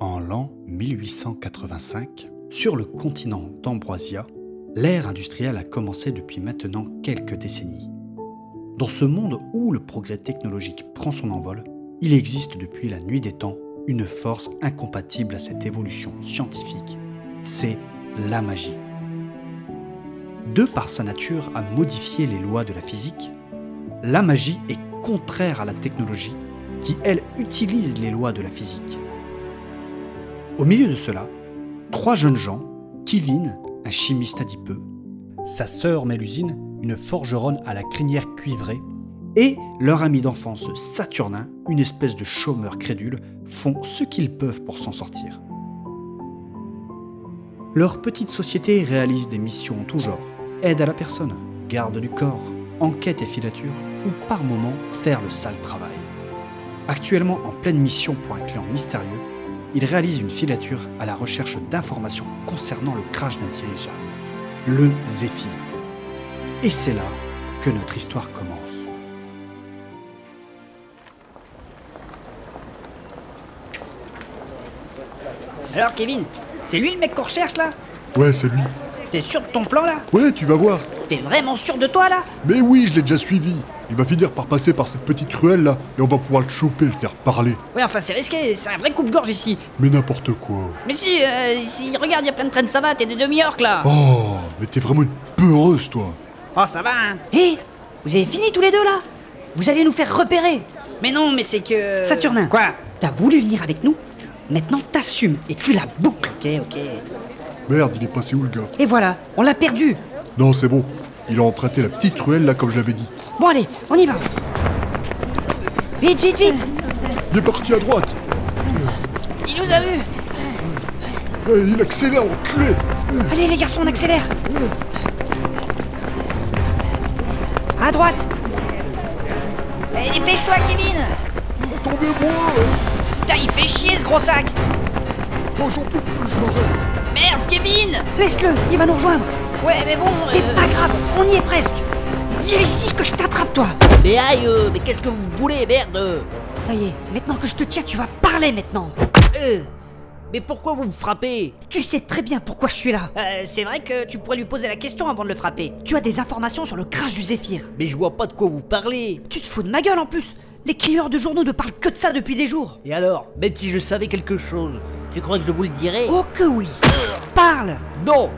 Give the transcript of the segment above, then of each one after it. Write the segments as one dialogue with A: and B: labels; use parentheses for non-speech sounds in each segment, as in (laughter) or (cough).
A: l'an 1885, sur le continent d'Ambroisia, l'ère industrielle a commencé depuis maintenant quelques décennies. Dans ce monde où le progrès technologique prend son envol, il existe depuis la nuit des temps une force incompatible à cette évolution scientifique, c'est la magie. De par sa nature à modifier les lois de la physique, la magie est contraire à la technologie qui, elle, utilise les lois de la physique. Au milieu de cela, trois jeunes gens, Kivin, un chimiste adipeux, sa sœur Mélusine, une forgeronne à la crinière cuivrée, et leur ami d'enfance Saturnin, une espèce de chômeur crédule, font ce qu'ils peuvent pour s'en sortir. Leur petite société réalise des missions en tout genre aide à la personne, garde du corps, enquête et filature, ou par moments faire le sale travail. Actuellement en pleine mission pour un client mystérieux, il réalise une filature à la recherche d'informations concernant le crash d'un dirigeable, le Zephyr. Et c'est là que notre histoire commence.
B: Alors Kevin, c'est lui le mec qu'on recherche là
C: Ouais, c'est lui.
B: T'es sûr de ton plan là
C: Ouais, tu vas voir.
B: T'es vraiment sûr de toi là
C: Mais oui, je l'ai déjà suivi. Il va finir par passer par cette petite ruelle là, et on va pouvoir le choper, le faire parler.
B: Ouais enfin c'est risqué, c'est un vrai coupe-gorge ici.
C: Mais n'importe quoi.
B: Mais si, euh, si regarde, y a plein de trains de savates et de demi-orques là. Oh.
C: Oh, mais t'es vraiment une peureuse, toi.
B: ça va hein Hé Vous avez fini tous les deux là Vous allez nous faire repérer Mais non, mais c'est que... Saturnin Quoi T'as voulu venir avec nous Maintenant t'assumes et tu la boucles Ok, ok.
C: Merde, il est passé où le gars
B: Et voilà, on l'a perdu
C: Non, c'est bon. Il a emprunté la petite ruelle là, comme je l'avais dit.
B: Bon allez, on y va Vite, vite, vite
C: Il est parti à droite.
B: Il nous a vus
C: Eh, il accélère, enculé.
B: Allez les garçons, on accélère À droite Allez, dépêche-toi Kevin
C: Attendez-moi.
B: Putain, il fait chier ce gros sac
C: Moi, j'en peux plus, je m'arrête.
B: Merde, Kevin
D: Laisse-le, il va nous rejoindre.
B: Ouais, mais bon...
D: C'est
B: euh,
D: pas grave, on y est presque. Viens ici que je t'attrape, toi.
B: Mais aïe, euh, mais qu'est-ce que vous voulez, merde euh
D: Ça y est, maintenant que je te tiens, tu vas parler maintenant.
B: Euh, Mais pourquoi vous me frappez
D: Tu sais très bien pourquoi je suis là.
B: Euh, C'est vrai que tu pourrais lui poser la question avant de le frapper.
D: Tu as des informations sur le crash du Zéphyr.
B: Mais je vois pas de quoi vous parlez.
D: Tu te fous de ma gueule en plus. Les crieurs de journaux ne parlent que de ça depuis des jours.
B: Et alors Même si je savais quelque chose, tu crois que je vous le dirais
D: Oh que oui Parle
B: Non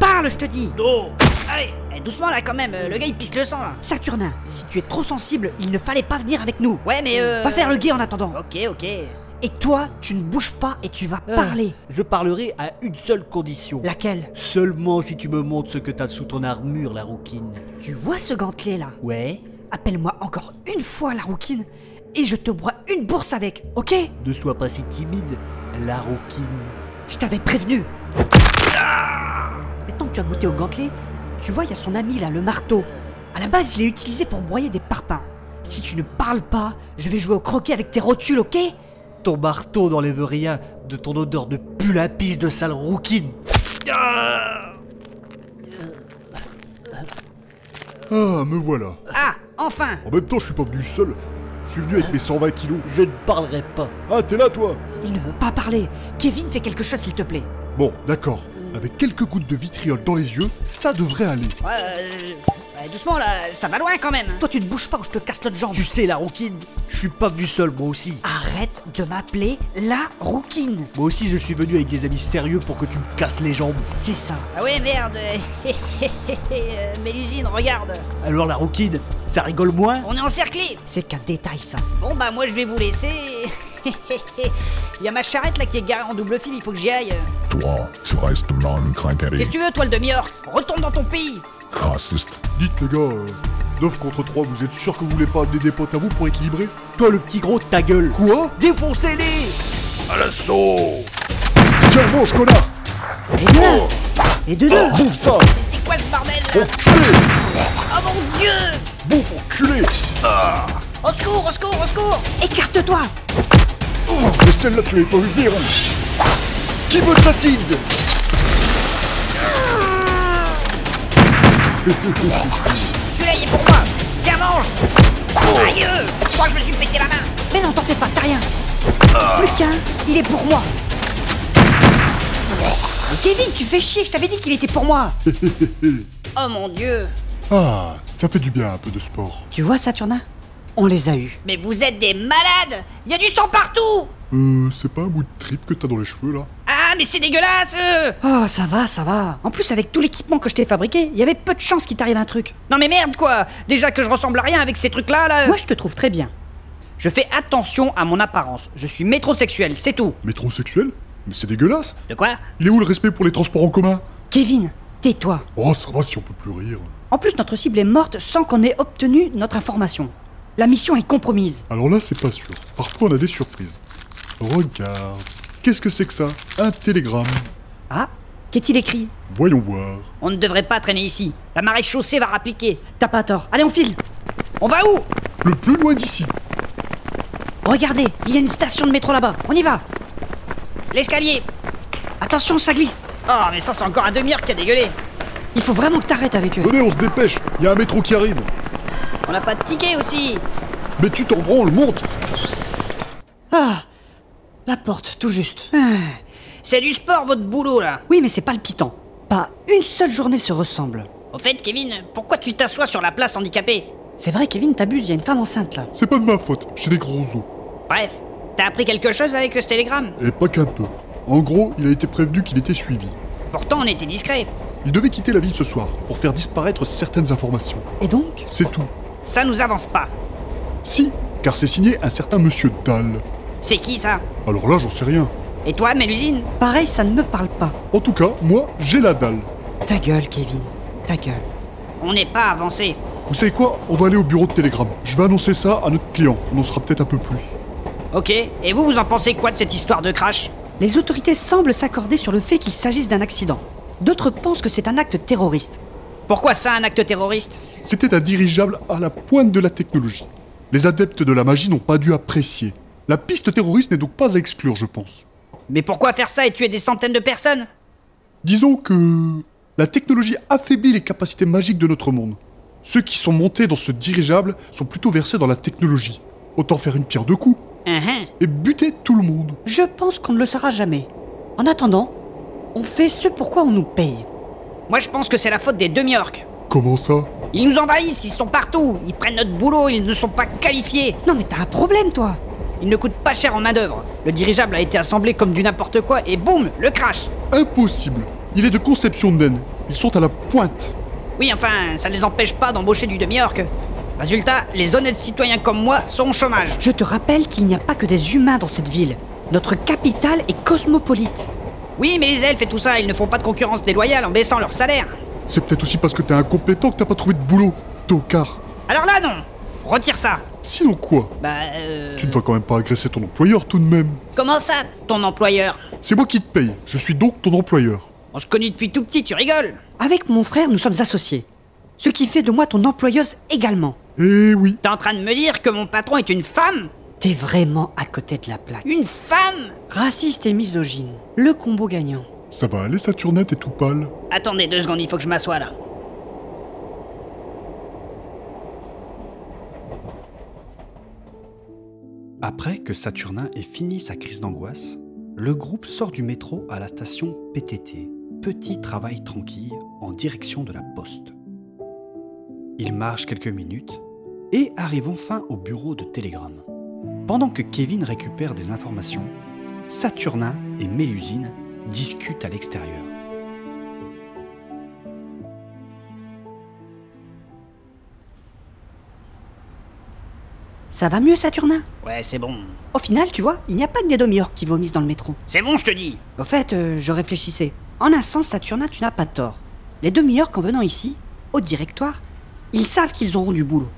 D: Parle, je te dis
B: Non Allez, eh, doucement là quand même, euh, le gars il pisse le sang là.
D: Saturnin, si tu es trop sensible, il ne fallait pas venir avec nous.
B: Ouais, mais euh...
D: Va faire le guet en attendant.
B: Ok, ok.
D: Et toi, tu ne bouges pas et tu vas
E: Euh,
D: parler.
E: Je parlerai à une seule condition.
D: Laquelle
E: Seulement si tu me montres ce que t'as sous ton armure, la rouquine.
D: Tu vois ce gantelet là
E: Ouais
D: Appelle-moi encore une fois la rouquine et je te bois une bourse avec, ok
E: Ne sois pas si timide, la rouquine.
D: Je t'avais prévenu. Maintenant que tu as goûté au gantelet, tu vois, il y a son ami là, le marteau. À la base, il est utilisé pour broyer des parpaings. Si tu ne parles pas, je vais jouer au croquet avec tes rotules, ok
E: Ton marteau n'enlève rien de ton odeur de pull à pisse de sale rouquine.
C: Ah, me voilà.
B: Ah, enfin
C: En même temps, je suis pas venu seul. Je suis venu avec mes 120 kilos.
E: Je ne parlerai pas.
C: Ah, t'es là, toi
D: Il ne veut pas parler. Kevin, fais quelque chose, s'il te plaît.
C: Bon, d'accord. Avec quelques gouttes de vitriol dans les yeux, ça devrait aller.
B: Ouais, euh, ouais, doucement là, ça va loin quand même. hein.
D: Toi, tu ne bouges pas ou je te casse l'autre jambe.
E: Tu sais, la rouquine, je suis pas venu seul, moi aussi.
D: Arrête de m'appeler la rouquine.
E: Moi aussi, je suis venu avec des amis sérieux pour que tu me casses les jambes.
D: C'est ça.
B: Ah ouais, merde (laughs) euh, Mélusine, regarde
E: Alors, la rouquine, ça rigole moins
B: On est encerclés
D: C'est qu'un détail, ça.
B: Bon bah moi je vais vous laisser. (laughs) Il y a ma charrette là qui est garée en double fil, il faut que j'y aille.
F: Toi, tu restes non craquelé.
B: Qu'est-ce que tu veux toi le demi-orc Retourne dans ton pays
F: Rassiste.
C: Dites, les gars, euh, 9 contre 3, vous êtes sûr que vous voulez pas amener des potes à vous pour équilibrer
E: Toi, le petit gros, de ta gueule.
C: Quoi
E: Défoncez-les
F: À l'assaut
C: Tiens, mange, connard
D: Et deux Et de deux
C: Bouffe ça
B: Mais c'est quoi ce bordel là
C: Enculé
B: Oh mon dieu
C: Bouffe, enculé
B: Au secours, au secours, au secours
D: Écarte-toi
C: Mais celle-là, tu l'avais pas vu venir hein. Qui veut de l'acide
B: Celui-là il est pour moi Tiens mange Aïe euh, Je crois que je me suis pété la main
D: Mais non, t'en fais pas, t'as rien Plus qu'un, il est pour moi
B: Ah.
D: Mais Kevin, tu fais chier, je t'avais dit qu'il était pour moi
B: Oh mon dieu
C: Ah, ça fait du bien un peu de sport.
D: Tu vois, Saturna On les a eus.
B: Mais vous êtes des malades Il y a du sang partout
C: Euh, c'est pas un bout de trip que t'as dans les cheveux là
B: Ah, mais c'est dégueulasse euh
D: Oh, ça va, ça va. En plus, avec tout l'équipement que je t'ai fabriqué, il y avait peu de chances qu'il t'arrive un truc.
B: Non mais merde quoi Déjà que je ressemble à rien avec ces trucs-là, là
D: Moi, je te trouve très bien.
B: Je fais attention à mon apparence. Je suis métrosexuel, c'est tout.
C: Métrosexuel Mais c'est dégueulasse
B: De quoi
C: Il est où le respect pour les transports en commun
D: Kevin, tais-toi.
C: Oh, ça va si on peut plus rire.
D: En plus, notre cible est morte sans qu'on ait obtenu notre information. La mission est compromise.
C: Alors là, c'est pas sûr. Parfois, on a des surprises. Regarde. Qu'est-ce que c'est que ça Un télégramme.
D: Ah Qu'est-il écrit
C: Voyons voir.
B: On ne devrait pas traîner ici. La marée chaussée va rappliquer.
D: T'as pas tort. Allez, on file
B: On va où
C: Le plus loin d'ici.
D: Regardez, il y a une station de métro là-bas. On y va
B: L'escalier
D: Attention, ça glisse
B: Oh mais ça c'est encore un demi-heure qui a dégueulé.
D: Il faut vraiment que t'arrêtes avec eux.
C: Venez, on se dépêche. Il y a un métro qui arrive.
B: On n'a pas de ticket aussi
C: Mais tu t'en branles, monte.
D: Ah La porte, tout juste. Ah.
B: C'est du sport votre boulot là
D: Oui, mais c'est palpitant. Pas une seule journée se ressemble.
B: Au fait Kevin, pourquoi tu t'assois sur la place handicapée
D: C'est vrai, Kevin, t'abuses, il y a une femme enceinte là.
C: C'est pas de ma faute. J'ai des gros os.
B: Bref, t'as appris quelque chose avec ce télégramme
C: Et pas qu'un peu. En gros, il a été prévenu qu'il était suivi.
B: Pourtant on était discret.
C: Il devait quitter la ville ce soir pour faire disparaître certaines informations.
D: Et donc
C: C'est tout.
B: Ça nous avance pas.
C: Si, car c'est signé un certain monsieur Dahl.
B: C'est qui ça
C: Alors là, j'en sais rien.
B: Et toi Mélusine
D: Pareil, ça ne me parle pas.
C: En tout cas, moi, j'ai la dalle.
D: Ta gueule, Kevin. Ta gueule.
B: On n'est pas avancé.
C: Vous savez quoi On va aller au bureau de Telegram. Je vais annoncer ça à notre client. On en saura peut-être un peu plus.
B: Ok, et vous vous en pensez quoi de cette histoire de crash
D: Les autorités semblent s'accorder sur le fait qu'il s'agisse d'un accident. D'autres pensent que c'est un acte terroriste.
B: Pourquoi ça un acte terroriste
C: C'était un dirigeable à la pointe de la technologie. Les adeptes de la magie n'ont pas dû apprécier. La piste terroriste n'est donc pas à exclure, je pense.
B: Mais pourquoi faire ça et tuer des centaines de personnes
C: Disons que la technologie affaiblit les capacités magiques de notre monde. Ceux qui sont montés dans ce dirigeable sont plutôt versés dans la technologie. Autant faire une pierre deux coups
B: Hein, hein.
C: et buter tout le monde.
D: Je pense qu'on ne le saura jamais. En attendant, on fait ce pourquoi on nous paye.
B: Moi je pense que c'est la faute des demi-orques.
C: Comment ça
B: Ils nous envahissent, ils sont partout, ils prennent notre boulot, ils ne sont pas qualifiés,
D: Non mais t'as un problème toi
B: ils ne coûtent pas cher en main-d'œuvre. Le dirigeable a été assemblé comme du n'importe quoi et boum, le crash
C: Impossible. Il est de conception naine. Ils sont à la pointe.
B: Oui, enfin, ça ne les empêche pas d'embaucher du demi-orque. Résultat, les honnêtes citoyens comme moi sont au chômage.
D: Je te rappelle qu'il n'y a pas que des humains dans cette ville. Notre capitale est cosmopolite.
B: Oui, mais les elfes et tout ça, ils ne font pas de concurrence déloyale en baissant leur salaire.
C: C'est peut-être aussi parce que t'es incompétent que t'as pas trouvé de boulot, tocard.
B: Alors là, non Retire ça
C: Sinon quoi
B: Bah, euh...
C: Tu ne vas quand même pas agresser ton employeur tout de même.
B: Comment ça, ton employeur
C: C'est moi qui te paye, je suis donc ton employeur.
B: On se connaît depuis tout petit, tu rigoles
D: Avec mon frère, nous sommes associés. Ce qui fait de moi ton employeuse également.
C: Eh oui,
B: T'es en train de me dire que mon patron est une femme
D: T'es vraiment à côté de la plaque.
B: Une femme
D: Raciste et misogyne. Le combo gagnant.
C: ça va aller Saturnette et tout pâle.
B: Attendez deux secondes, il faut que je m'assoie là.
A: Après que Saturnin ait fini sa crise d'angoisse, le groupe sort du métro à la station PTT, Petit Travail Tranquille, en direction de la poste. Ils marchent quelques minutes et arrivent enfin au bureau de Telegram. Pendant que Kevin récupère des informations, Saturnin et Mélusine discutent à l'extérieur.
D: Ça va mieux, Saturnin
B: Ouais, c'est bon.
D: Au final, tu vois, il n'y a pas que des demi-orques qui vomissent dans le métro.
B: C'est bon, je te dis
D: Au fait, euh, je réfléchissais. En un sens, Saturnin, tu n'as pas tort. Les demi-orques, en venant ici, au directoire, ils savent qu'ils auront du boulot.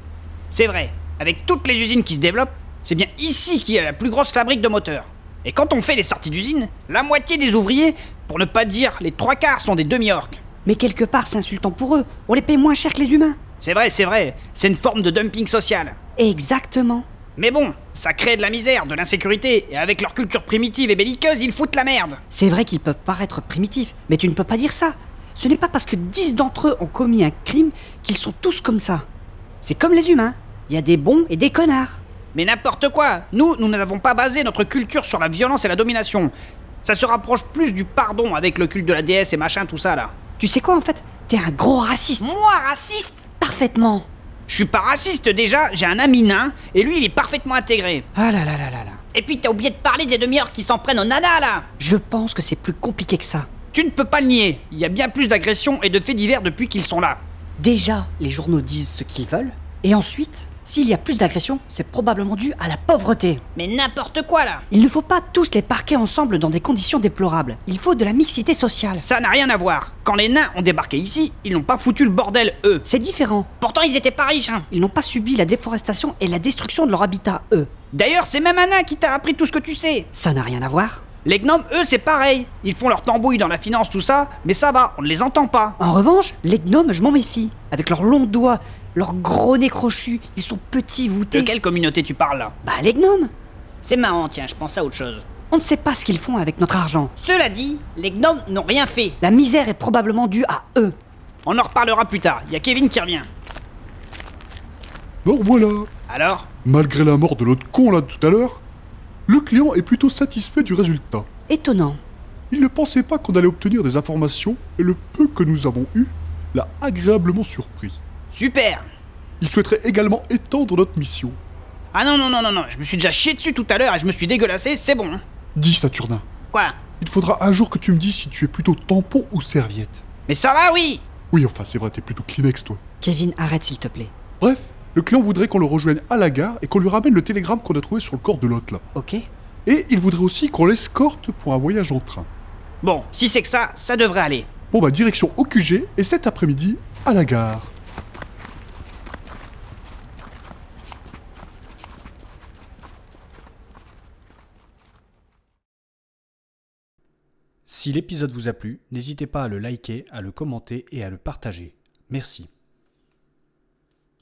B: C'est vrai, avec toutes les usines qui se développent, c'est bien ici qu'il y a la plus grosse fabrique de moteurs. Et quand on fait les sorties d'usine, la moitié des ouvriers, pour ne pas dire les trois quarts, sont des demi-orques.
D: Mais quelque part, c'est insultant pour eux. On les paye moins cher que les humains.
B: C'est vrai, c'est vrai, c'est une forme de dumping social.
D: Exactement.
B: Mais bon, ça crée de la misère, de l'insécurité, et avec leur culture primitive et belliqueuse, ils foutent la merde.
D: C'est vrai qu'ils peuvent paraître primitifs, mais tu ne peux pas dire ça. Ce n'est pas parce que dix d'entre eux ont commis un crime qu'ils sont tous comme ça. C'est comme les humains. Il y a des bons et des connards.
B: Mais n'importe quoi Nous, nous n'avons pas basé notre culture sur la violence et la domination. Ça se rapproche plus du pardon avec le culte de la déesse et machin, tout ça là.
D: Tu sais quoi en fait T'es un gros raciste.
B: Moi, raciste
D: Parfaitement.
B: Je suis pas raciste déjà, j'ai un ami nain, et lui, il est parfaitement intégré.
D: Ah là là là là là.
B: Et puis, t'as oublié de parler des demi-heures qui s'en prennent aux nanas là
D: Je pense que c'est plus compliqué que ça.
B: Tu ne peux pas le nier, il y a bien plus d'agressions et de faits divers depuis qu'ils sont là.
D: Déjà, les journaux disent ce qu'ils veulent. Et ensuite, s'il y a plus d'agressions, c'est probablement dû à la pauvreté.
B: Mais n'importe quoi là
D: Il ne faut pas tous les parquer ensemble dans des conditions déplorables. Il faut de la mixité sociale.
B: Ça n'a rien à voir. Quand les nains ont débarqué ici, ils n'ont pas foutu le bordel, eux.
D: C'est différent.
B: Pourtant, ils étaient pas riches, hein.
D: Ils n'ont pas subi la déforestation et la destruction de leur habitat, eux.
B: D'ailleurs, c'est même un nain qui t'a appris tout ce que tu sais.
D: Ça n'a rien à voir.
B: Les gnomes, eux, c'est pareil. Ils font leur tambouille dans la finance, tout ça, mais ça va, on ne les entend pas.
D: En revanche, les gnomes, je m'en méfie. Avec leurs longs doigts, leurs gros nez crochus, ils sont petits, voûtés.
B: De quelle communauté tu parles là
D: Bah, les gnomes
B: C'est marrant, tiens, je pense à autre chose.
D: On ne sait pas ce qu'ils font avec notre argent.
B: Cela dit, les gnomes n'ont rien fait.
D: La misère est probablement due à eux.
B: On en reparlera plus tard, il y a Kevin qui revient.
C: Alors voilà,
B: Alors
C: malgré la mort de l'autre con là tout à l'heure, le client est plutôt satisfait du résultat.
D: Étonnant.
C: Il ne pensait pas qu'on allait obtenir des informations et le peu que nous avons eu l'a agréablement surpris.
B: Super
C: Il souhaiterait également étendre notre mission.
B: Ah non, non, non, non, non, je me suis déjà chié dessus tout à l'heure et je me suis dégueulassé, c'est bon. hein.
C: Dis Saturnin,
B: Quoi
C: il faudra un jour que tu me dises si tu es plutôt tampon ou serviette.
B: Mais ça va, oui
C: Oui, enfin, c'est vrai, t'es plutôt Kleenex, toi.
D: Kevin, arrête s'il te plaît.
C: Bref, le client voudrait qu'on le rejoigne à la gare et qu'on lui ramène le télégramme qu'on a trouvé sur le corps de l'hôte, là.
D: Ok
C: Et il voudrait aussi qu'on l'escorte pour un voyage en train.
B: Bon, si c'est que ça, ça devrait aller.
C: Bon bah direction au QG et cet après-midi à la gare.
G: Si l'épisode vous a plu, n'hésitez pas à le liker, à le commenter et à le partager. Merci.